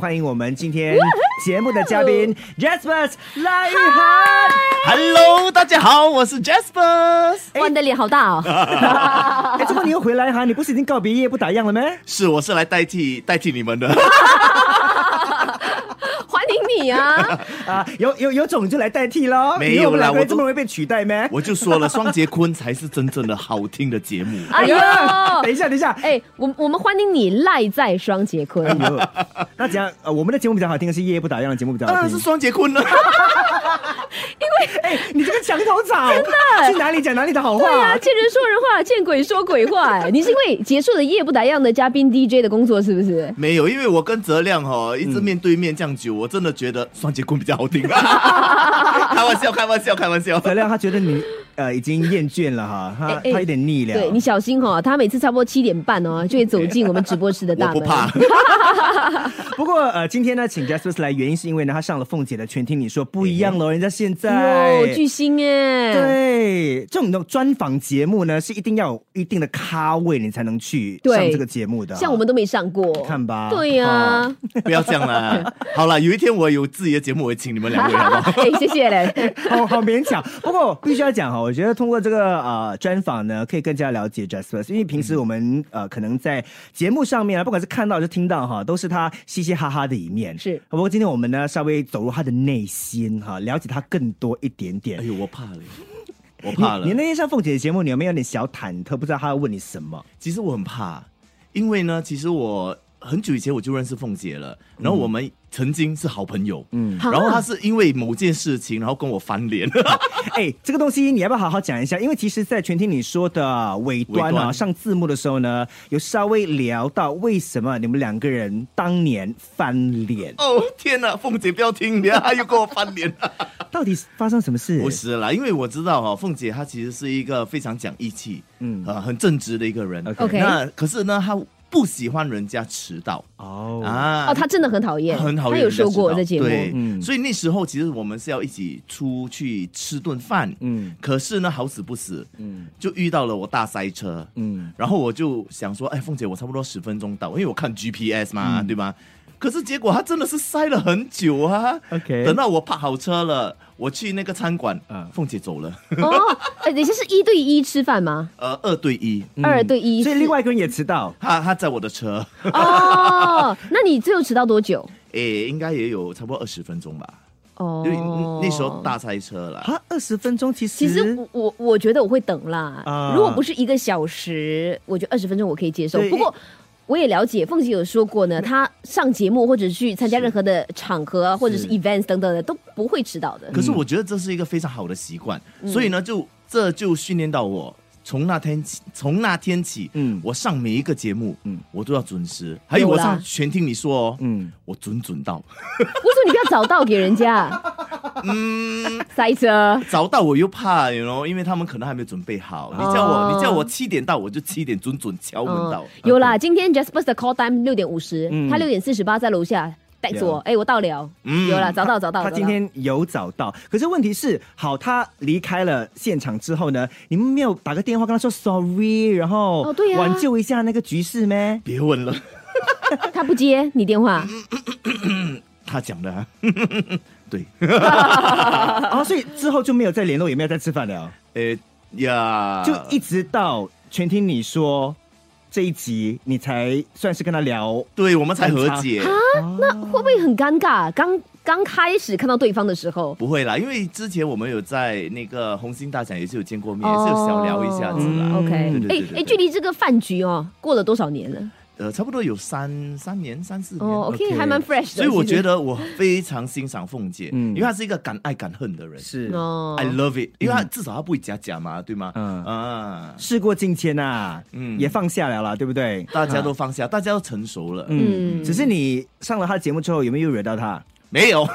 欢迎我们今天节目的嘉宾 Jasper 赖玉涵。 Hello，大家好，我是 Jasper。换的脸好大哦！哎，怎么你又回来哈？你不是已经告别业不打烊了吗？是，我是来代替代替你们 的。欢迎你啊！啊，有有有种就来代替喽。没因有啦为我们两个人我这都么容易被取代吗？我就说了，双节棍才是真正的好听的节 目。哎呦，等一下，等 一下。哎，我我们欢迎你赖在双节坤哎。呦，那怎样？呃，我们的节目比较好听，还是夜夜不打烊的节目比较当好嗯啊然是听？双节棍了。哎，你这个墙头草，真的去哪里讲哪里的好话对啊，啊？见人说人话，见鬼说鬼话。哎你是因为结束了夜不打烊的嘉宾 DJ 的工作是不是？ 没有，因为我跟泽亮哦一直面对面这样久，我真的觉得双节棍比较好 听。开玩笑，开玩笑，开玩笑。泽亮他觉得你呃已经厌倦了哈，他哎哎他有点腻了。对你小心哦，他每次差不多七点半哦就会走进我们直播室的 我大不门。怕，不过呃，今天呢，请 Jasper 来，原因是因为呢，他上了凤姐的全听你说不一样了，人家现在哦，巨星哎。。对这种专访节目呢，是一定要有一定的咖位，你才能去对上这个节目的。像我们都没上过，看吧对呀、哦不要这样 啦。好啦，有一天我有自己的节目，我会请你们两位， 好不好？ 哎、谢谢嘞。好 好勉强，不过必须要讲哈，我觉得通过这个呃专访呢，可以更加了解 Jasper，因为平时我嗯们、呃可能在节目上面啊，不管是看到还是听到哈，都是他嘻嘻哈哈的一面。是不过今天我们呢，稍微走入他的内心哈，了解他更多一点点哎。呦，我怕了，我怕了你。你。那天上凤姐的节目，你有没有有点小忐忑，不知道她要问你什么？其实我很怕，因为呢，其实我很久以前我就认识凤姐了，然后我们曾经是好朋友，嗯，然后她是因为某件事情，然后跟我翻 脸，哎，这个东西你要不要好好讲一下？因为其实，在全听你说的尾端尾啊，端上字幕的时候呢，有稍微聊到为什么你们两个人当年翻 脸，哦天哪，凤姐不要听，你啊又跟我翻脸了，到底发生什么事？不 是啦，因为我知道哦，凤姐她其实是一个非常讲义气，嗯嗯，呃，很正直的一个人 OK 那可是呢，她不喜欢人家迟到哦啊哦，他真的很讨厌，很讨他厌有人家迟说到，过在节目，对，嗯所以那时候其实我们是要一起出去吃顿饭，嗯可是呢，好死不死，嗯就遇到了我大塞车，嗯，然后我就想说，哎，凤姐，我差不多十分钟到，因为我看 GPS 嗯嘛，对吧？可是结果他真的是塞了很久啊。 OK 等到我泊好车了，我去那个餐馆，嗯凤姐走了，哦，哎，等一下是一对一吃饭吗？呃，二对一，二对一，所以另外一个人也迟到。他他在我的车，哦，那你最后迟到多久？诶，应该也有差不多二十分钟吧，哦 因为那那时候大塞车了。啊，二十分钟其实其实我我我觉得我会等啦，啊如果不是一个小时，我觉得二十分钟我可以接受对。不过我也了解凤姐有说过呢，她上节目或者去参加任何的场合啊或者是 events 等等的都不会迟到的。可是我觉得这是一个非常好的习惯，所以呢，就这就训练到我。从那天起，从那天起，嗯嗯，我上每一个节目，嗯嗯，我都要准时。还有我有啦上全听你说哦，嗯嗯，我准准到，我说你不要早到给人家，嗯， 塞车。早到我又怕，you know，因为他们可能还没有准备好。你叫我，你叫我七点到，我就七点准准敲门到嗯。，有啦，今天 Jasper 的 call time 六点五十，他六点四十八在楼下 text 我，哎，我到了，嗯有啦，早到早到。他早今到天有找到，可是问题是，好，他离开了现场之后呢，你们没有打个电话跟他说 sorry，然后哦对啊挽救一下那个局势咩？别问了， 他不接你电话，他讲的啊，对， 啊，所以之后就没有再联络，也没有再吃饭了，呃呀，就一直到全听你说这一集，你才算是跟他聊。对我们才和解。那会不会很尴尬？刚刚开始看到对方的时候，不会啦，因为之前我们有在那个红星大奖也是有见过面，哦也是有小聊一下子啦。 OK，对对对哎对哎，对距离这个饭局哦，过了多少年了？呃，差不多有三三年、三四年。哦，OK， OK 还蛮 fresh 的。所以我其实觉得我非常欣赏凤姐，嗯因为她是一个敢爱敢恨的人。是哦 I love it，因为她至少她不会假假嘛，对吗？嗯啊，事过境迁呐，嗯也放下了啦，对不对？大家都放下，大家都成熟了。嗯只是你上了他的节目之后，有没有惹到他？没有，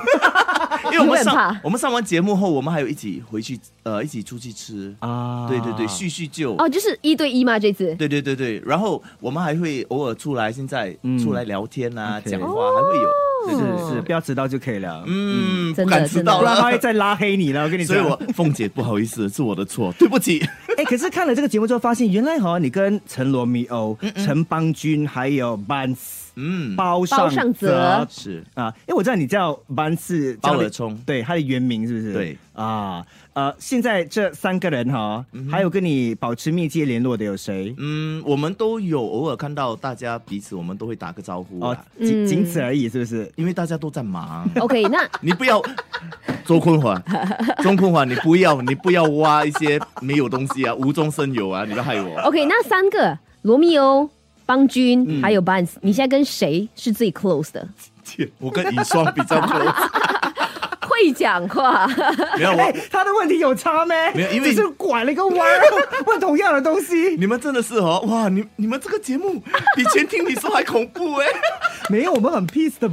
因为我们有点上怕我们上完节目后，我们还有一起回去，呃，一起出去吃啊对对对，叙叙旧。哦，就是一对一嘛，这次对对对对，然后我们还会偶尔出来，现在嗯出来聊天啊， OK 讲话还会有。对对对是是，不要迟到就可以了，嗯，哦真不的敢迟到不然他了会。再拉黑你了。我跟你所讲，以我凤姐不好意思，是我的错，对不起。哎，可是看了这个节目之后，发现原来哈，你跟陈罗密欧、陈邦君还有班斯、嗯，包包上上泽泽是啊，因为我知道你叫班次包尔聪对，他的原名是不是？对啊，呃，现在这三个人哈、还有跟你保持密切联络的有谁？嗯，我们都有偶尔看到大家彼此，我们都会打个招呼哦啊，，仅嗯仅此而已，是不是？因为大家都在忙。 OK，那你不要周坤华，周坤华，你不要，你不要挖一些没有东西啊，无中生有啊，你不要害我。 OK，那三个罗密欧、邦嗯君还有 Buns，你现在跟谁是最 close 的？切我跟尹双比较 close，会讲话，没有哎、我，他的问题有差没？没有因为只是拐了一个弯儿，问同样的东 西。你们真的是哦，哇，你你们这个节目比全听你说还恐怖哎、没有，我们很 peace 的嗯啊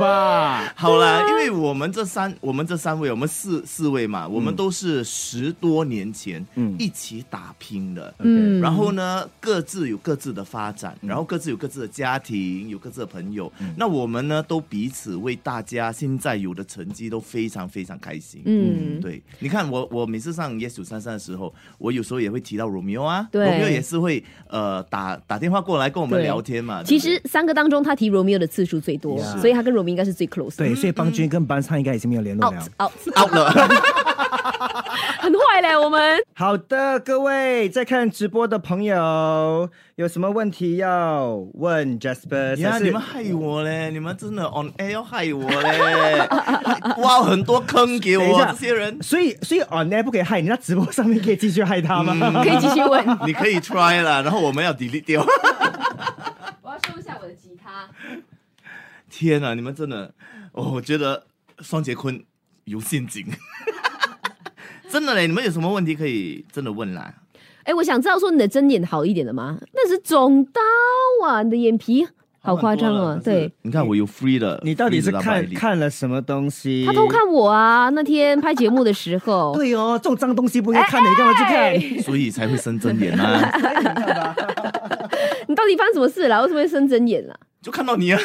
吧？好啦，因为我们这三，我们这三位，我们四四位嘛，嗯我们都是十多年前嗯一起打拼的，嗯然后呢，各自有各自的发展，然后各自有各自的家庭，有各自的朋友。嗯那我们呢，都彼此为大家现在有的成绩都非常非常开心。嗯，对，你看我我每次上 Yes 九三三的时候，我有时候也会提到 Romeo 啊对，Romeo 也是会呃打打电话过来跟我们对聊天嘛。其对实三个当中他提 Romeo 的次数最多，所以他跟 Romeo 应该是最 close 的。对，嗯所以邦君跟班上应该已经没有联络 out 了。 out，不对 out 了，很坏嘞，我们好的，各位在看直播的朋友，有什么问题要问 Jasper？呀，还哎是嗯你们害我嘞！你们真的 on air 要害我嘞， 挖很多坑给等一我下这些 人。所以，所以 on air 不可以害你，那直播上面可以继续害他吗？可嗯以继续问。你可以 try 了，然后我们要 delete 掉。 我要收一下我的吉他。天啊，你们真的，哦、我觉得双节坤有陷阱。 真的嘞，你们有什么问题可以真的问啦？哎，我想知道说你的针眼好一点了吗？那是肿刀啊，你的眼皮好夸张好很多哦了。对，，你看我有 free 的，你到底是 free 的拉白看里看了什么东西？他偷。看我啊， 那天拍节目的时候。对哦，这种脏东西不哎该看的，你干嘛去看？所以才会生真 眼啊？你到底发生什么事了？为什么会生针眼了？就看到你啊。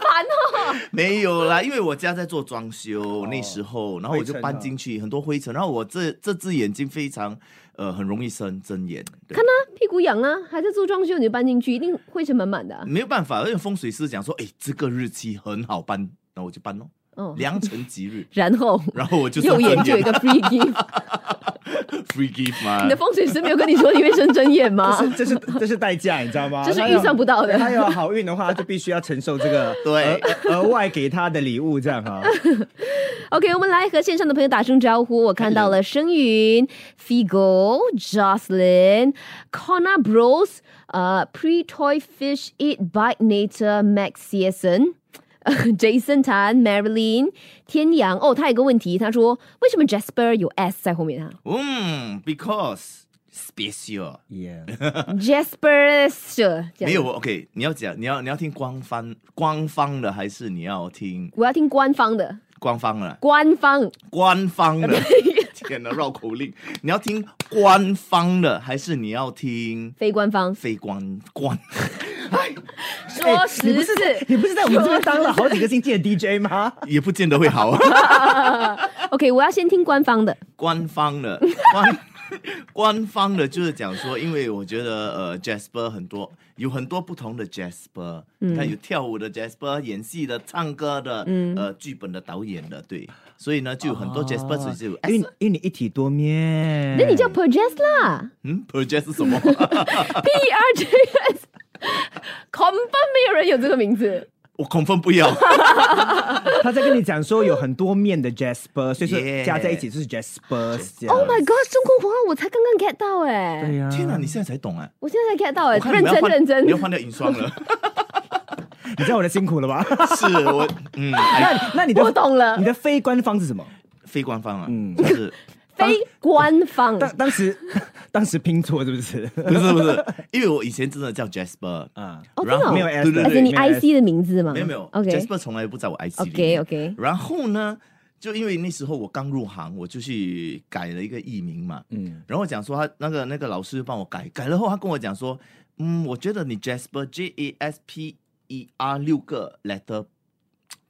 烦哦！ 没有啦，因为我家在做装修、那时候，然后我哦灰就尘啊搬进去，很多灰尘，然后我这这只眼睛非常呃很容易生针眼，对看，他屁股痒啊，还在做装修，你就搬进去，一定灰尘满满的、啊。没有办法，而且风水师讲说，哎，这个日期很好搬，然后我就搬咯，哦，，良辰吉日 然后然后我就 右眼就有一个个 free gift。 free gift 嘛你的，风水师没有跟你说你会生针眼吗？这是这是这是代价，你知道吗？哎这是他要预算不到的他有好运的话，就必须要承受这个 对额额外给他的礼物，这样哈。 OK，我们来和线上的朋友打声招呼。我看到了声云、Figo、Jocelyn、Connor Bros、呃 Pre Toy Fish Eat Bite Nature Max Season。Jason Tan、Marilyn、天阳哦，他有个问题，他说为什么 Jasper 有 S 在后面啊嗯，because special。 Yeah， ？Jasper 是这样啊没有，OK，你要讲，你要你要听官方官方的，还是你要听我要听官方的，官方的？官方官 方的，天哪，绕口令！你要听官方的，还是你要听非官方。非官官？ 哎说你十不是次，在你不是在我们这边当了好几个星期的 DJ 吗？也不见得会好。 OK，我要先听官方的。官方的，官官方的，就是讲说，因为我觉得呃，Jasper 很多有很多不同的 Jasper，你嗯看有跳舞的 Jasper，演戏的、唱歌的，嗯呃，剧本的、导演的，对，所以呢，就有很哦多 Jasper，所以就有哎因为 S，因为你一体多面，那你叫 Projes 啦嗯，Project 是什么？ ，P R J S，恐怕没有人有这个名字。我恐分不要。 他在跟你讲说有很多面的 Jasper，所以说 Yeah 加在一起就是 Jasper 这样。 Oh my god！中国话我才刚刚 get 到哎、对呀、天哪，你现在才懂啊！我现在才 get 到哎、我看认你们要真换认真你。要换掉银霜了。你知道我的辛苦了吧？ 是我，嗯， 哎 那那你的我懂了你的非官方是什么？非官方啊，嗯嗯，就是非官方，当当时 当时拼错是不是？不是 不是，因为我以前真的叫 Jasper，啊，哦，真然的后哦、没有 S 对的而对且对，你没有 IC 的名字吗？没有没有，OK ，Jasper 从来不在我 IC 里 OK 面 OK，然后呢，就因为那时候我刚入行，我就去改了一个艺名嘛，嗯，然后我讲说他那个那个老师帮我改，改了后他跟我讲说，嗯，我觉得你 Jasper J A S P E R 六个 letter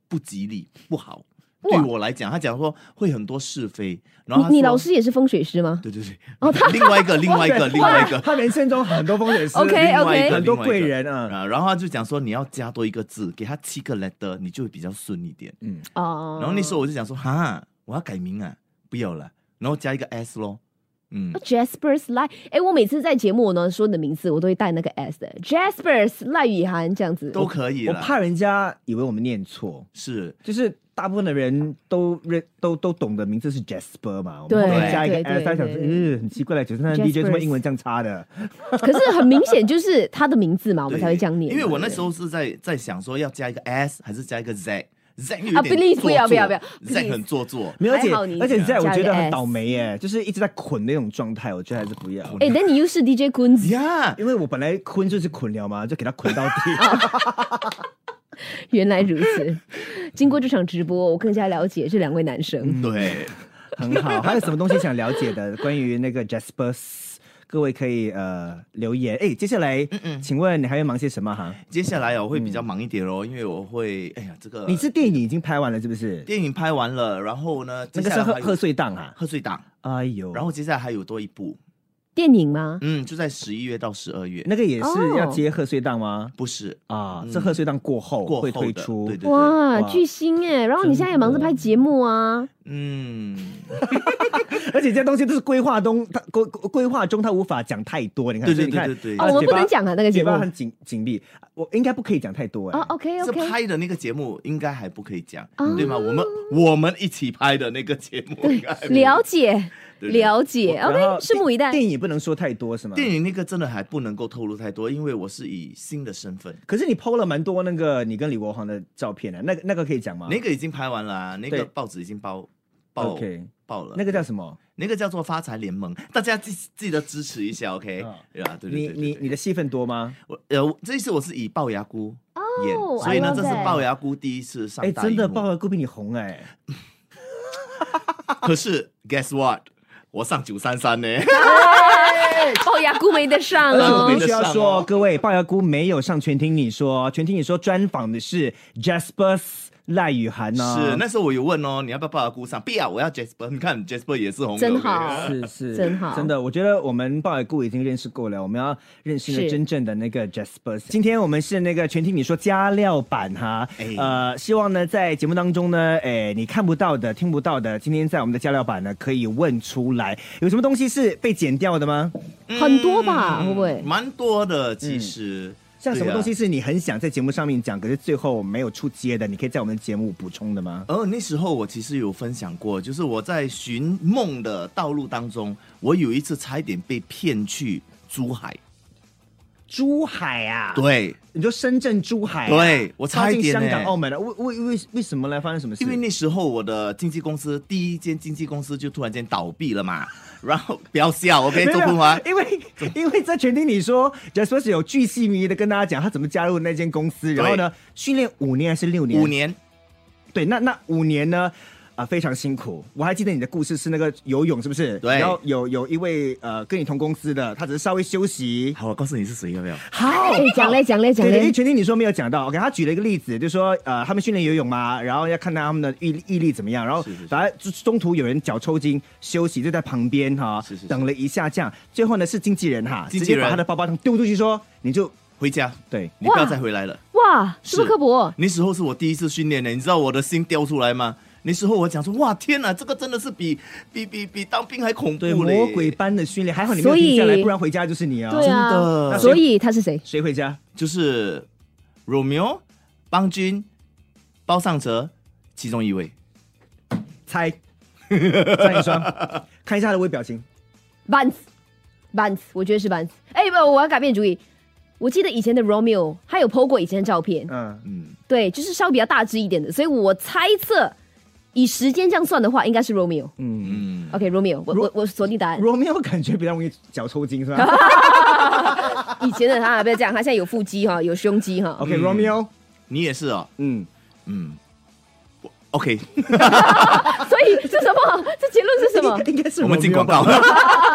不吉利不好，哇对我来讲，他讲说会很多是非，然后他你你说老师也是风水师吗？对对对，哦他另外 一个另外一个另外一个。他人生中很多风水师 OK，另外一个很多另外一个贵人啊啊，然后他就讲说你要加多一个字，给他七个 letter，你就会比较顺一点。嗯，哦，然后那时候我就想说，哈，我要改名啊，不要了，然后加一个 S 咯，嗯啊，Jasper's 赖，哎，我每次在节目呢说你的名字，我都会带那个 S 的 Jasper's 赖雨涵这样子。都可以我了。怕人家以为我们念错，是就是大部分的人都认都都懂的名字是 Jasper 嘛，我们对后面加一个对对 S，他想说，对嗯，很奇怪了，九三三 DJ Jasper 怎么英文这样差的？可是很明显就是他的名字嘛，我们对才会这样念嘛。因为我那对时候是在在想说要加一个 S 还是加一个 Z。Z 有啊点，please，做不要作不要不要，Z ，please 很做作。没有，而且还好你而且在我加一觉个得很 S 不倒霉耶，就是一直在捆那种状态，我觉得还是不要。哎，但你又是 DJ 坤子，呀，因为我本来捆就是捆了嘛，就给他捆到底。 原来如 此。经过这场直播，我更加了解这两位男嗯生。对，很好， 还有什么东西想了解的？关于那个 Jasper，各位可以呃留言。哎，接下来，嗯请问你还会忙些什么哈？接下来嗯哦会比较忙一点哦，因为我会，哎呀，这个你是电影已经拍完了是不是？电影拍完了，然后呢，那接个下是来贺还有贺岁档啊。贺岁档，哎呦，然后接下来还有多一部，电影吗？嗯，就在十一月到十二月，那个也是哦要接贺岁档吗？不是啊，嗯这贺岁档过后过后会的，推出对。对对，哇，哇巨星哎！然后你现在也忙着真的拍节目啊，嗯，而且这些东西都是规划中，它规规规划中，它无法讲太多。你看，对所对以你看对对对啊哦我们嘴巴不能讲啊那个节嘴目巴很紧紧闭，我应该不可以讲太多哎哦。，OK 这 OK，拍的那个节目应该还不可以讲，哦对吗？我们我们一起拍的那个节目应该还不可以，了解对对对了解然后哎，OK，拭目以待电。电影不能说太多是吗？电影那个真的还不能够透露太多，因为我是以新的身份，可是你 PO 了蛮多那个你跟李国煌的照片呢、那个那个可以讲吗？那个已经拍完了啊，那对个报纸已经报报 OK 报了，那那个叫什么？那个叫做发财联盟，大家记记得支持一下，OK？嗯对啊，对对对对你对你你的戏份多吗？我呃，这一次我是以龅牙姑演 Oh, I 所以呢， love 这是 that 龅牙姑第一次上哎，大真荧幕。的，爆了，顾比你红哎、可是 guess what，我上九三三呢。 龅牙姑没得上我哦没必得须要上说，哦各位龅牙姑没有上全听你说，全听你说专访的是 Jasper 赖雨涵呢、是，那时候我有问哦，你要不要龅牙姑上？不要，我要 Jasper。你看 Jasper 也是红的，真 OK 好是是， 真好真的，我觉得我们鲍尔顾已经认识够了，我们要认识了是真正的那个 Jasper。今天我们是那个全听你说加料版哈，哎呃，希望呢在节目当中呢，哎，你看不到的、听不到的，今天在我们的加料版呢可以问出来，有什么东西是被剪掉的吗？啊很多吧，嗯会不会？蛮多的，其实。嗯像什么对啊东西？是你很想在节目上面讲，可是最后没有出街的，你可以在我们的节目补充的吗？而呃那时候我其实有分享过，就是我在寻梦的道路当中，我有一次差一点被骗去珠海。珠海啊，，对，你说深圳、珠海啊、对我靠差近一点香港、呢澳门啊了，为为为为什么呢？发生什么事？因为那时候我的经纪公司第一间经纪公司就突然间倒闭了嘛， 然后不要笑，OK，没有周不华，因为因为在全听你说，Jasper 是有巨细靡遗的跟大家讲他怎么加入那间公司，然后呢，训练五年还是六年？五。年对，那那五年呢？啊、非常辛苦。我还记得你的故事是那个游泳，是不是？对然后有有一位呃跟你同公司的，他只是稍微休息。好，我告诉你是谁，要不要？好哎，讲嘞讲嘞讲对对，因嘞为，全听你说没有讲到，OK，他举了一个例子，就说呃，他们训练游泳嘛，然后要看他们的毅力毅力怎么样，然后是是是反正就中途有人脚抽筋休息，就在旁边哈，是是是等了一下这样，最后呢是经纪人哈，经纪直接把人他的包包丢出去说你就回家，对，你不要哇再回来了。哇，这么是刻薄，那时候是我第一次训练呢，你知道我的心掉出来吗？那时候我讲说，哇，天哪，这个真的是比比比比当兵还恐对怖嘞！魔鬼般的训练，还好你没有停下所来，以不然回家就是你啊，对真啊，的所以他是谁？谁回家？就是 Romeo 邦君、包尚哲其中一位。 猜，张一双，看一下他的微表情。 Buns Buns，我觉得是 Buns。哎，不，我要改变主意。我记得以前的 Romeo，他有 PO 过以前的照片，嗯，嗯，对，就是稍微比较大只一点的，所以我猜测，以时间这样算的话，应该是 Romeo。嗯，OK，Romeo，、我我我锁定答案。罗密欧感觉比较容易脚抽筋是吧 以前的 他不要这样，他现在有腹肌哈，有胸肌哈。 ？OK，罗密欧，你也是哦。嗯，嗯我，OK，所以是什么？这结论是 什么？ 应该是我们进罗广密欧告吧。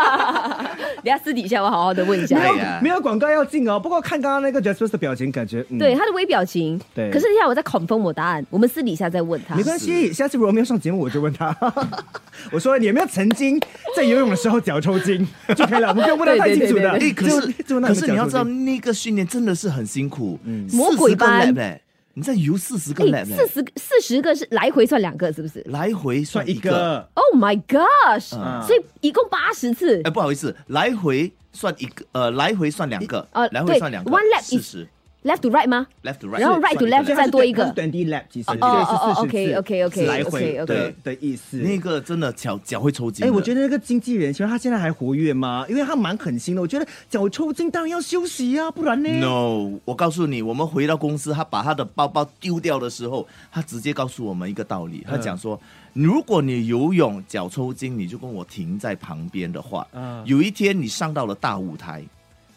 等一下私底下我好好的问一下没。哎呀有没有广告要进哦。不过看刚刚那个 Jasper 的表情，感觉嗯对他的微表情，对可是等一下我在 confirm 我答案，我们私底下再问他没。关系，下次如果没有上节目，我就问他， 我说你有没有曾经在游泳的时候脚抽筋 就可以了，我们不用问的太清楚的。哎，可是就就那可个是你脚要抽知道，筋那个训练真的是很辛苦，40嗯魔鬼个般 lap 嘞，你在游四十个 lap 哎，嘞四十四十个是来回算两个是不是来回算算一一个，个， ？Oh my gosh！、嗯所以一共八十次哎，不好意思，来回算一个，呃，来回算两个呃，来回对算两个，one lap is- 四十，left to right 吗？ left to right，然后 right to 算一个 left 再多一个短 D lap 其实哦对哦是哦40 OK，次 OK，OK，是来回 OK，OK 的的意思。那个真的脚脚会抽筋哎、的。我觉得那个经纪人，其实他现在还活跃吗？因为他蛮狠心的，我觉得脚抽筋当然要休息啊，不然呢 No，我告诉你，我们回到公司，他把他的包包丢掉的时候，他直接告诉我们一个道理，嗯他讲说，如果你游泳脚抽筋，你就跟我停在旁边的话，嗯有一天你上到了大舞台，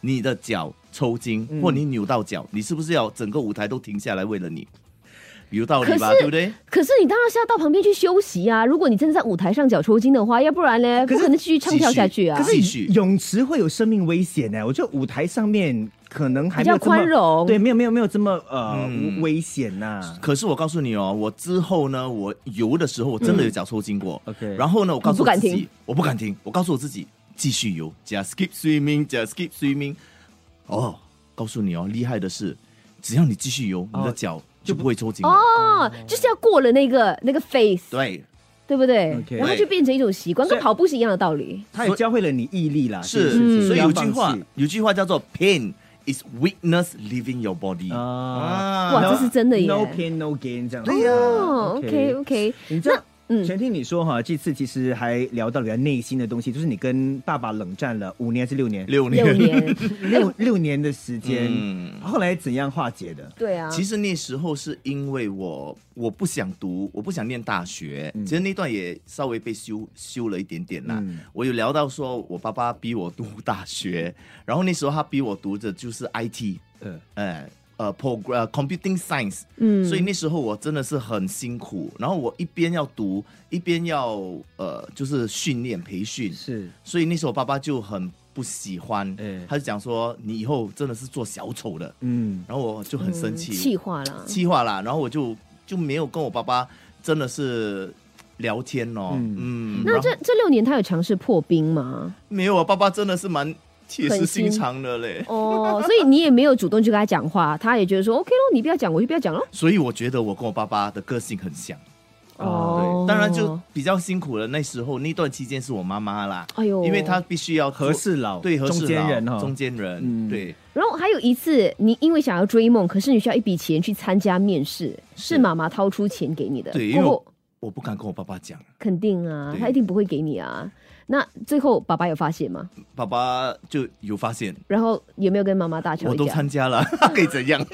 你的脚抽筋、嗯或你扭到脚，你是不是要整个舞台都停下来为了你？有道理吧，可是对不对？可是你当然是要到旁边去休息啊！如果你真的在舞台上脚抽筋的话，要不然呢，不可能继续唱跳下去啊可。是继续泳池会有生命危险呢、我觉得舞台上面可能还没有比较宽这么容对，没有没有没有这么呃、嗯危险呐、可是我告诉你哦，我之后呢，我游的时候我真的有脚抽筋过。嗯 OK 然后呢，我告诉你不我敢自己停，我不敢停，我告诉我自己继续游，just keep swimming，just keep swimming。哦，告诉你哦，厉害的是，只要你继续游，你的脚就不会抽筋了。哦，就是要过了那个那个 face，对，对不对 OK 然后就变成一种习惯，所跟以跑步是一样的道理。他也教会了你毅力啦，是，不嗯所以有句。不要话放弃，有句话叫做 “pain is weakness leaving your body”。啊，啊，哇，这是真的耶！ No pain, no gain，这样。对呀哦，OK OK，你知道，嗯全听你说哈，这次其实还聊到了比较内心的东西，就是你跟爸爸冷战了五年还是六年？六六 年，六六年的时间，嗯后来怎样化解的？对啊，其实那时候是因为我我不想读，我不想念大学。其实那段也稍微被修修了一点点啦。嗯我有聊到说，我爸爸逼我读大学，然后那时候他逼我读的就是 IT，嗯，呃呃 program 呃 computing science。嗯所以那时候我真的是很辛苦，然后我一边要读，一边要呃就是训练培训。是所以那时候我爸爸就很不喜欢，哎他就讲说你以后真的是做小丑的。嗯，然后我就很生气，嗯气化了。气话啦，然后我就就没有跟我爸爸真的是聊天哦，嗯，那然后这这六年他有尝试破冰吗？没有，我爸爸真的是蛮铁石心肠的嘞，哦，所以你也没有主动去跟他讲话，他也觉得说 OK 咯，你不要讲，我就不要讲咯。所以我觉得我跟我爸爸的个性很像，哦对，，当然就比较辛苦了。那时候那段期间是我妈妈啦，哎呦，因为她必须要做和事佬，对和事佬中间人哈，中间人、嗯对，然后还有一次，你因为想要追梦，可是你需要一笔钱去参加面试，是是妈妈掏出钱给你的。对因为过后我不敢跟我爸爸讲，肯定啊对，他一定不会给你啊。那最后爸爸有发现吗？爸爸就有发现，然后有没有跟妈妈大吵我一都架？参加了， 可以怎样？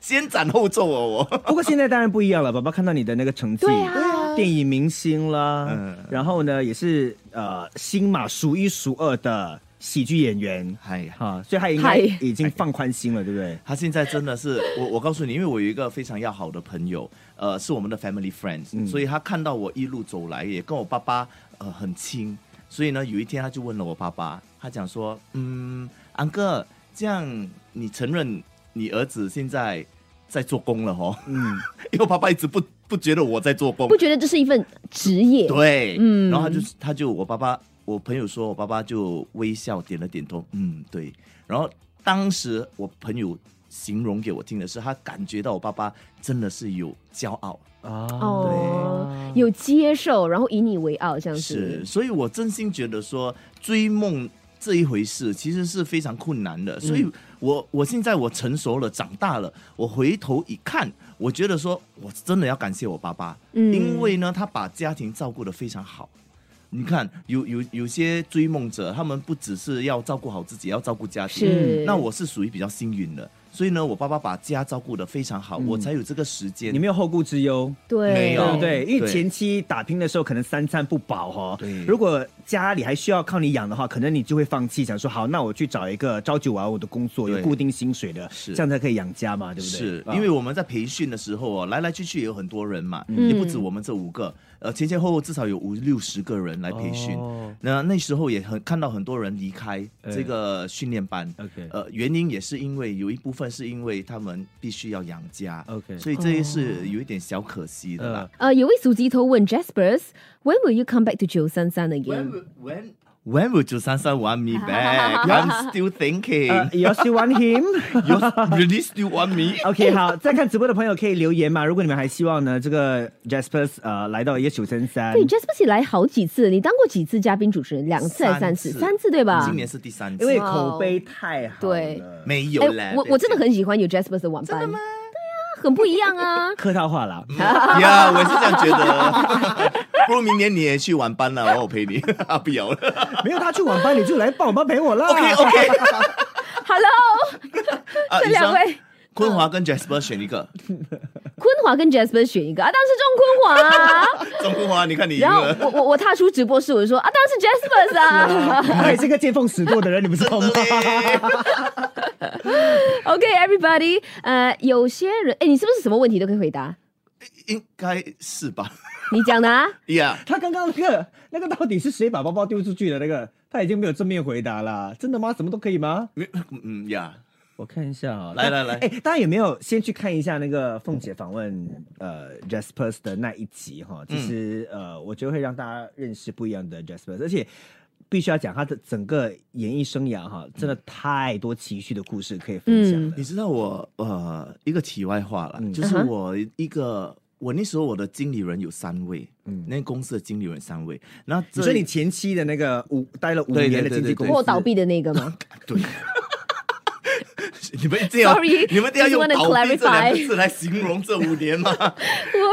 先斩后奏哦，我。不过现在当然不一样了，宝宝看到你的那个成绩，对啊电影明星啦，嗯然后呢也是呃新马数一数二的喜剧演员，哎呀，哈、所以他应该嗨已经放宽心了，对不对？他现在真的是我，我告诉你，因为我有一个非常要好的朋友，呃，是我们的 family friends，、所嗯以他看到我一路走来，也跟我爸爸呃很亲，所以呢，有一天他就问了我爸爸，他讲说，嗯，安哥，这样你承认你儿子现在在做工了哦？嗯， 因为我爸爸一直不不觉得我在做工不，觉得这是一份职业？对，嗯然后他就他就我爸爸，我朋友说我爸爸就微笑点了点头，嗯，对。然后当时我朋友形容给我听的是，他感觉到我爸爸真的是有骄傲，啊，哦，有接受，然后以你为傲，这样子是，。所以我真心觉得说追梦。这一回事其实是非常困难的。所以我我现在我成熟了，长大了，我回头一看，我觉得说我真的要感谢我爸爸，因为呢，他把家庭照顾的非常好。你看，有有有些追梦者，他们不只是要照顾好自己，要照顾家庭。是那我是属于比较幸运的，所以呢，我爸爸把家照顾的非常好，我才有这个时间。你没有后顾之忧。对，没有对不对？因为对前期打拼的时候，可能三餐不饱哈、对如果家里还需要靠你养的话，可能你就会放弃，想说好，那我去找一个朝九晚五的工作，有对固定薪水的，是这样才可以养家嘛，对不对？是啊因为我们在培训的时候哦，来来去去也有很多人嘛，嗯也不止我们这五个，呃，前前后后至少有五六十个人来培训。哦那那时候也很看到很多人离开哎这个训练班 OK 呃，原因也是因为有一部分是因为他们必须要养家 OK 所以这也哦是有一点小可惜的啦。呃，有位手机头问 Jaspers。When will you come back to 九三三嗯 When again？ will- when when would you san san want me back? I'm still 呃 thinking. you still want him？ You really still want me? OK，好，在看直播的朋友可以留言嘛。如果你们还希望呢，这个 Jasper 呃来到一个九三三对，，Jaspers 也来好几次，你当过几次嘉宾主持人？两次还是三次？三次三次对吧今？年是第三次，因为哇口碑太好了。对没有嘞哎，。我我真的很喜欢有 Jaspers 的晚班，对啊，很不一样 啊。客套话啦，嗯呀我也是这样觉得。 不如明年你也去晚班了，我陪你。 啊不要了。 没有他去晚班，你就来帮我们陪 我啦。 OK OK。 Hello， 啊，这以上两位。嗯昆华跟 Jasper 选 一个，昆华跟 Jasper 选一个啊，当然是中昆华、啊中昆华，你看 你赢然后了。我我我踏出直播室，我就说啊，当然是 Jasper 啊。他也是个见风使舵的人，你们知道吗？ OK，everybody，、呃，有些人，哎，你是不是什么问题都可以回答？应该 是吧？你讲的啊，呀，他刚刚那个那个到底是谁把包包丢出去的？那个他已经没有正面回答啦。真的吗？什么都可以吗？没 嗯呀，我看一下啊，来来来哎，大家有没有先去看一下那个凤姐访问呃 Jaspers 的那一集哈？嗯其实、呃，我觉得会让大家认识不一样的 Jaspers，而且。必须要讲他的整个演艺生涯哈，真的太多奇趣的故事可以分享嗯了。你知道我呃一个题外话了，嗯就是嗯哼我一个我那时候我的经理人有三位，嗯那公司的经理人三位，那这你说你前期的那个五待了五对对年的对经纪对公对司破倒闭的那个 吗？对。 你们一定要 Sorry，你们一定要用 just wanna 倒闭这两个 clarify 字来形容这五 年吗？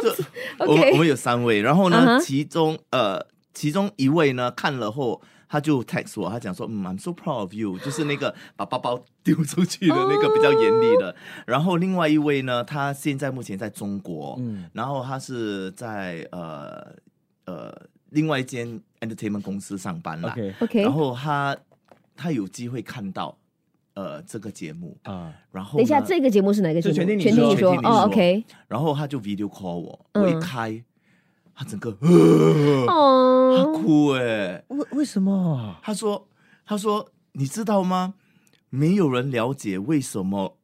这我们 OK 我们有三位，然后嗯呢哼其中呃，其中一位呢看了后，他就 text 我，他讲说，嗯，I'm so proud of you，就是那个把包包丢出去的那个比较严厉 Oh 的。然后另外一位呢，他现在目前在中国，嗯然后他是在呃呃另外一间 entertainment 公司上班啦。 ，OK OK，然后他他有机会看到呃这个节目，啊，然后等一下，呢这个节目是哪个节就目？全听你听说你说全听你哦说，OK，然后他就 video call 我，嗯我一开，他整个、呃嗯他哦，哭哎、为为什么？他说他说你知道吗？没有人了解为什么。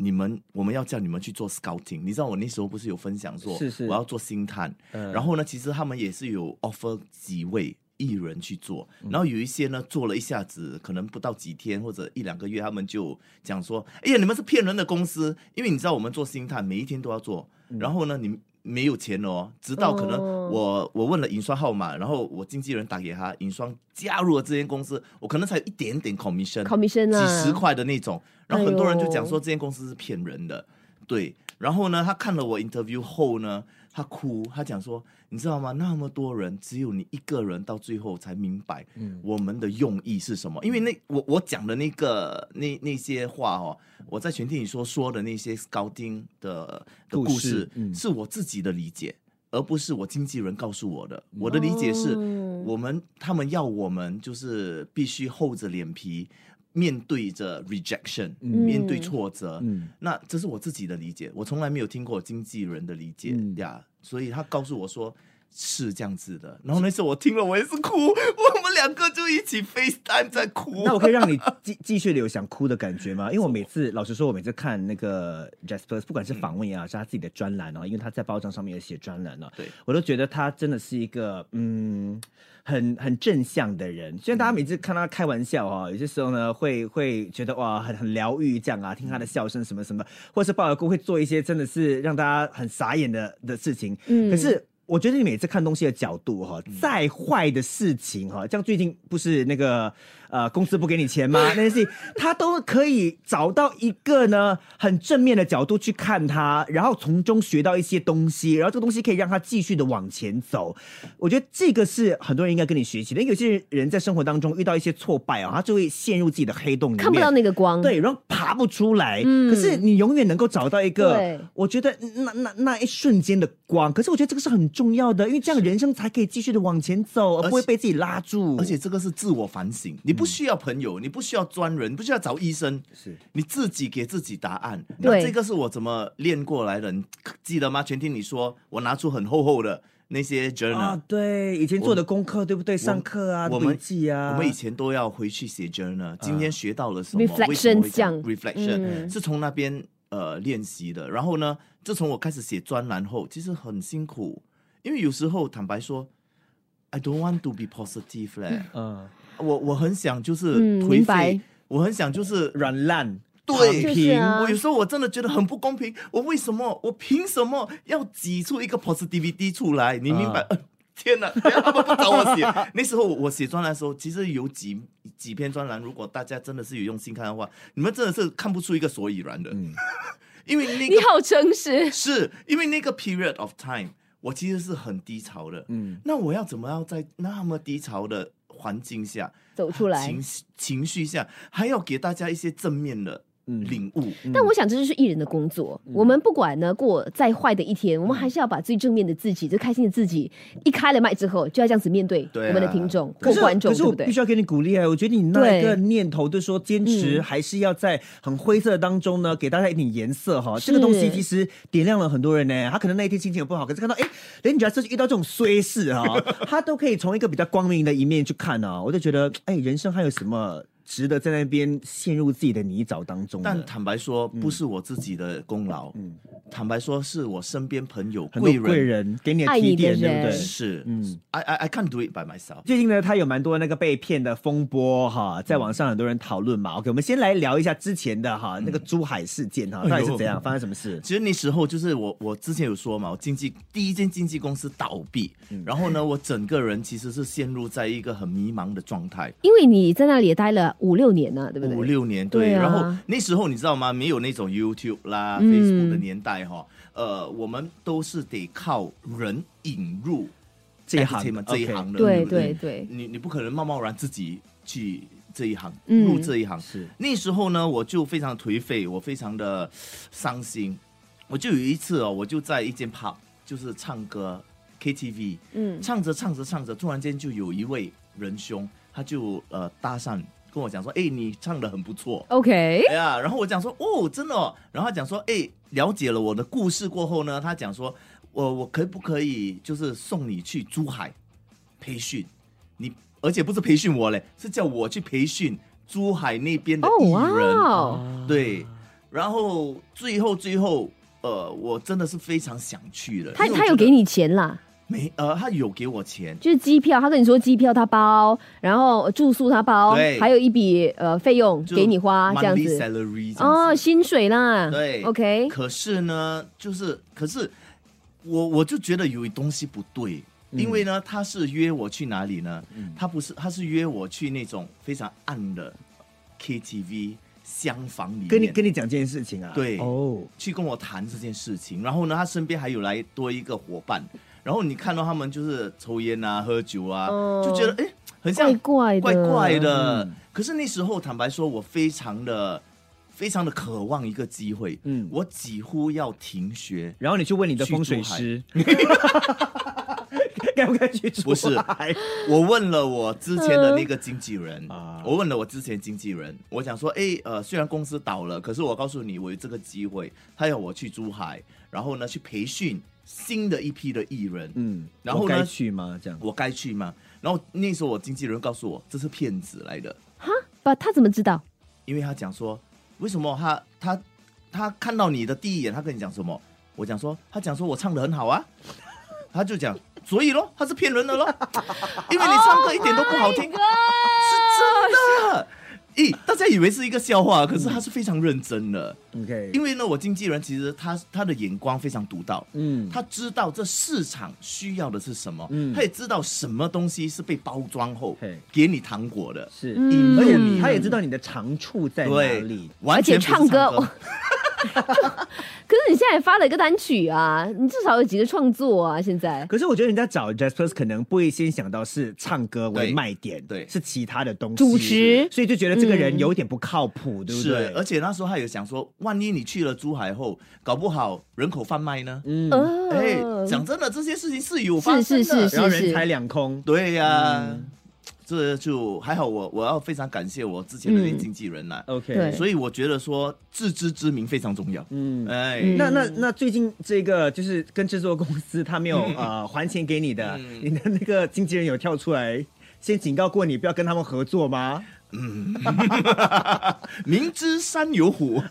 你们，我们要叫你们去做 scouting。你知道我那时候不是有分享说，是是我要做星探，嗯然后呢，其实他们也是有 offer 几位艺人去做，然后有一些呢做了一下子，可能不到几天或者一两个月，他们就讲说：“哎呀，你们是骗人的公司，因为你知道我们做星探每一天都要做，然后呢，你没有钱哦。”直到可能哦我、我问了尹双号码，然后我经纪人打给他，尹双加入了这间公司，我可能才有一点点 commission。 commission 啊，几十块的那种，然后很多人就讲哎说呦这间公司是骗人的，对。然后呢，他看了我 interview 后呢，他哭，他讲说，你知道吗？那么多人，只有你一个人到最后才明白嗯我们的用意是什么。因为那我我讲的那个那那些话哦，我在全听你说说的那些高丁的的故故事事，嗯是我自己的理解。而不是我经纪人告诉我的，我的理解是，哦我们他们要我们就是必须厚着脸皮面对着 rejection，、面对挫折。嗯那这是我自己的理解，我从来没有听过经纪人的理解嗯呀。所以他告诉我说。是这样子的，然后那时候我听了，我也是哭， 我们两个就一起 FaceTime 在哭。 那我可以让你继继续留想哭的感觉吗？因为我每次老实说，我每次看那个 Jasper，不管是访问也好，是他自己的专栏哦，因为他在报章上面有写专栏哦，对我都觉得他真的是一个嗯，很很正向的人。虽然大家每次看他开玩笑哦，有些时候呢会会觉得哇很很疗愈这样啊，听他的笑声什么什么，或是鲍尔姑会做一些真的是让大家很傻眼的的事情。嗯可是我觉得你每次看东西的角度哈、再坏的事情哈、像最近不是那个呃公司不给你钱 吗？那些事情他都可以找到一个呢很正面的角度去看它，然后从中学到一些东西，然后这个东西可以让他继续的往前走。我觉得这个是很多人应该跟你学习的，因为有些人在生活当中遇到一些挫败啊、他就会陷入自己的黑洞里面，看不到那个光。对，然后爬不出来。嗯可是你永远能够找到一个对，我觉得那那那一瞬间的光。可是我觉得这个是很重要的，因为这样人生才可以继续的往前走，而不会被自己拉住。而且这个是自我反省，你不需要朋友，你不需要专人，不需要找医生，嗯是你自己给自己答案。对那这个是我怎么练过来的，你记得吗？全听你说，我拿出很厚厚的那些 journal，、啊，对，以前做的功课对不对？上课啊，我们笔记啊，我们以前都要回去写 journal，今天学到了什么 Reflection 为什么会这像样 reflection、嗯是从那边呃练习的。然后呢，自从我开始写专栏后，其实很辛苦，因为有时候坦白说，I don't want to be positive 嘞，嗯我我很想就是嗯明颓废，白我很想就是软烂，对躺就是平。啊我有时候我真的觉得很不公平，我为什么，我凭什么要挤出一个 positivity 出来？你明白？啊呃 天哪，不要他们不找我写。 那时候我写专栏的时候，其实有几几篇专栏，如果大家真的是有用心看的话，你们真的是看不出一个所以然的， 因为那嗯你个好诚实，是因为那个 period of time，我其实是很低潮的。嗯，那我要怎么样在那么低潮的环境下走出来啊情。绪情绪下，还要给大家一些正面的嗯领悟？但我想这就是艺人的工作。嗯我们不管呢过再坏的一天，我们还是要把最正面的自己、最开心的自己，一开了麦之后就要这样子面对对啊我们的听众可或是，观众，可是对我不必对须？要给你鼓励啊！我觉得你那一对个念头，就是说坚持还是要在很灰色当中呢，给大家一点颜色哈。这个东西嗯是其实点亮了很多人呢。他可能那一天心情也不好，可是看到哎，连 j u s 遇到这种衰事 哈，他都可以从一个比较光明的一面去看啊。我就觉得，哎，人生还有什么值得在那边陷入自己的泥沼当中呢？但坦白说，不是我自己的功劳，坦白说是我身边朋友很多贵人，贵人给你的爱你提的点，对人不对？是，嗯嗯，I I I can't do it by myself。最近呢，他有蛮多那个被骗的风波嗯哈，在网上很多人讨论嘛。OK，我们先来聊一下之前的哈那个珠海事件哈，嗯到哎呦底是怎样，发生什么事？其实那时候就是我，我之前有说嘛，我经纪第一间经纪公司倒闭，嗯然后呢，我整个人其实是陷入在一个很迷茫的状态，因为你在那里也待了五六年呢，对不对？五六年对啊然后那时候你知道吗？没有那种 YouTube 啦、嗯 Facebook 的年代哈，呃，我们都是得靠人引入这一行 entertainment OK 这一行的，对哎不对对对你你不可能贸贸然自己去这一行嗯入这一行。是那时候呢，我就非常颓废，我非常的伤心。我就有一次哦，我就在一间 pub 就是唱歌 KTV，嗯唱着唱着唱着，突然间就有一位仁兄，他就呃搭讪跟我讲说：“哎，你唱的很不错。” ，OK，哎呀，然后我讲说哦，真的哦，然后他讲说，哎，了解了我的故事过后呢，他讲说，我我可不可以就是送你去珠海培训？你而且不是培训我嘞，是叫我去培训珠海那边的哦艺哇人。哦，对，然后最后最后，呃，我真的是非常想去的。他因为我他觉有得给你钱啦，没？呃，他有给我钱，就是机票，他跟你说机票他包，然后住宿他包，对还有一笔呃费用就给你花这样 monthly 子。 salary 这样子哦，薪水啦，对，OK，可是呢，就是可是我我就觉得有东西不对，因为呢，他是约我去哪里呢？他不是，他是约我去那种非常暗的 KTV 厢房里面，跟你跟你讲这件事情啊，对哦，去跟我谈这件事情。然后呢，他身边还有来多一个伙伴，然后你看到他们就是抽烟啊、喝酒啊，哦就觉得哎，很像怪怪的，怪怪的。可是那时候，坦白说，我非常的、非常的渴望一个机会。嗯嗯，我几乎要停学。然后你去问你的风水师， 该不该去珠海？不是我问了我之前的那个经纪人啊我问了我之前经纪人，我想说，哎，呃，虽然公司倒了，可是我告诉你，我有这个机会，他要我去珠海，然后呢，去培训新的一批的艺人。嗯，嗯，然后我呢该去吗？这样我该去吗？然后那时候我经纪人告诉我，这是骗子来的。不，他怎么知道？因为他讲说，为什么他他他看到你的第一眼，他跟你讲什么？我讲说，他讲说我唱的很好啊，他就讲，所以咯，他是 Oh 骗人的咯，因为你唱歌一点都不好听，是真的。咦，大家以为是一个笑话，可是他是非常认真的。 OK，因为呢，我经纪人其实他他的眼光非常独到，嗯他知道这市场需要的是什么，嗯他也知道什么东西是被包装后嘿给你糖果的，是，嗯而且他也知道你的长处在哪对里。，完而全且不是唱歌歌我可是你现在也发了一个单曲啊，你至少有几个创作啊？现在可是我觉得人家找 Jasper 可能不会先想到是唱歌为对卖点，对是其他的东西，主持嗯所以就觉得这个人有点不靠谱，对不是对？，而且那时候他有想说，万一你去了珠海后，搞不好人口贩卖呢？嗯，呃，哎、讲真的，这些事情是有发是生的。是是嗯然后是人财是，两空，对呀、这就还好我。我要非常感谢我之前的那嗯经纪人啦、 OK，对所以我觉得说自知之明非常重要。嗯。哎，嗯那那那最近这个就是跟制作公司他 没有呃还钱给你的，嗯你的那个经纪人有跳出来先警告过你不要跟他们合作 吗？明知山 有虎，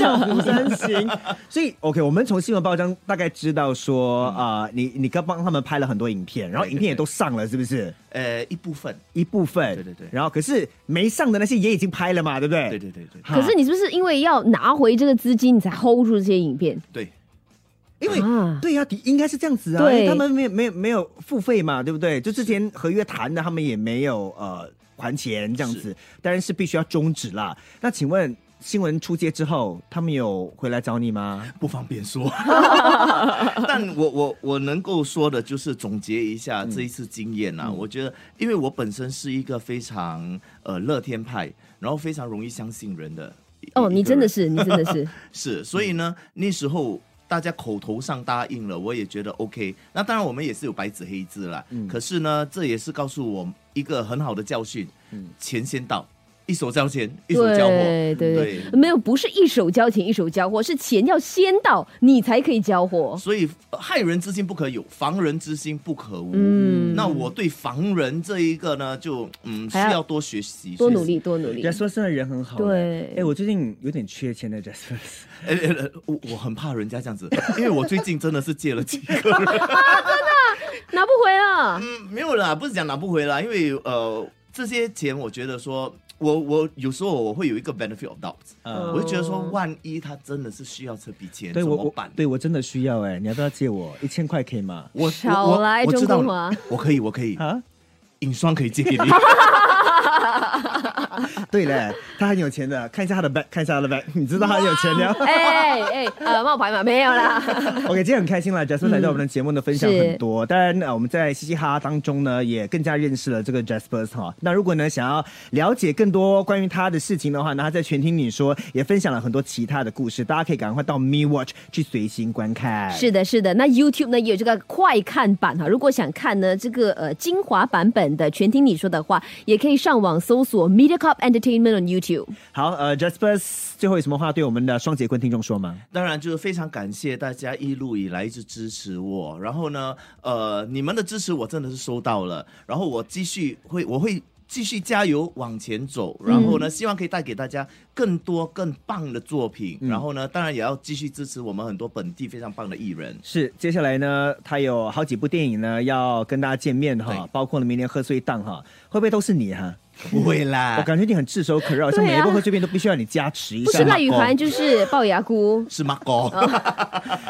江湖三行。所以 OK，我们从新闻报章大概知道说啊、呃你你刚帮他们拍了很多影片，然后嗯对对影片也都上了，是不是？呃，一部分，一部分，对对对然后可是没上的那些也已经拍了嘛，对不对？对对对对哈。可是你是不是因为要拿回这个资金，你才 hold 住这些影片？对，因为、啊对呀、的应该是这样子啊，对因为他们没有没有没有付费嘛，对不对？就之前合约谈的，他们也没有呃还钱这样子，当然是必须要终止啦。那请问新闻出街之后，他们有回来找你吗？不方 便说，但我我我能够说的就是总结一下嗯这一次经验啊。我觉得，因为我本身是一个非常呃乐天派，然后非常容易相信人的一。哦，一你个真的人是，你真的是，是，所以呢，那时候大家口头上答应了，我也觉得 OK。那当然，我们也是有白纸黑字啦。嗯可是呢，这也是告诉我一个很好的教训：钱先到，一手交钱， 一手交货。嗯对对对对，没有，不是一手交钱一手交货，是钱要先到，你才可以交货。所以呃害人之心不可有，防人之心不可无。嗯那我对防人这一个呢，就嗯需还要要多学习，多学努习力，。多努力。 Jasper 真的人很好，对哎、我最近有点缺钱的 Jasper。 哎、哎哎我我很怕人家这样子， 因为我最近真的是借了几个 人，拿不回哦了。嗯没有啦，不是讲拿不回来，因为呃这些钱我觉得说。我我有时候我会有一个 benefit of doubt，、嗯我就觉得说，万一他真的是需要这笔钱，对怎我么我办？对我真的需要哎、你要不要借我一千块可以 吗？我少我我来我知中道国话，我可以我可以，啊，影双可以借给你。对嘞，他很有钱的，看一下他的 back，看一下他的 back，你知道他很有钱的。哎哎，呃，冒牌嘛，没有啦。 OK，今天很开心啦 j a s p e r 来到我们的节目呢，分享嗯是很多。当然，呃我们在嘻嘻哈哈当中呢，也更加认识了这个 Jasper 哈。那如果呢想要了解更多关于他的事情的话呢，他在全听你说也分享了很多其他的故事，大家可以赶快到 Me Watch 去随心观看。是的，是的。那 YouTube 呢也有这个快看版哈，如果想看呢这个呃精华版本的全听你说的话，也可以上网搜索 MediaCorp Entertainment on YouTube。好，呃，Jasper 最后有什么话对我们的双节棍听众说吗？当然，就是非常感谢大家一路以来一直支持我。然后呢，呃，你们的支持我真的是收到了。然后我继续会，我会继续加油往前走。然后呢，希望可以带给大家更多更棒的作品。然后呢，当然也要继续支持我们很多本地非常棒的艺人。是，接下来呢，他有好几部电影呢要跟大家见面哈对，包括了明年贺岁档哈，会不会都是你哈？不会我 啦，感觉你很炙手可热，好像对每啊一部贺岁片都必须要你加持一不是下。哦赖雨涵就是龅牙姑。是马哥。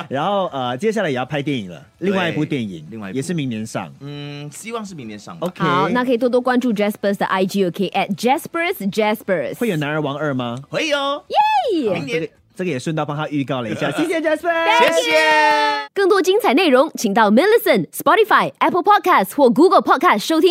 然后呃，接下来也要拍电影了，另外一部电影，另外一部也是明年上。嗯，希望是明年上吧。啊 OK，好，那可以多多关注 Jaspers 的 IG OK at Jaspers Jaspers。会有《男儿王二》吗？啊会哦，耶明这个年这个也顺道帮他预告了一 下，谢谢 Jasper。谢谢。更多精彩内容，请到 m i l l i c e n Spotify、Apple Podcast 或 Google Podcast 收听。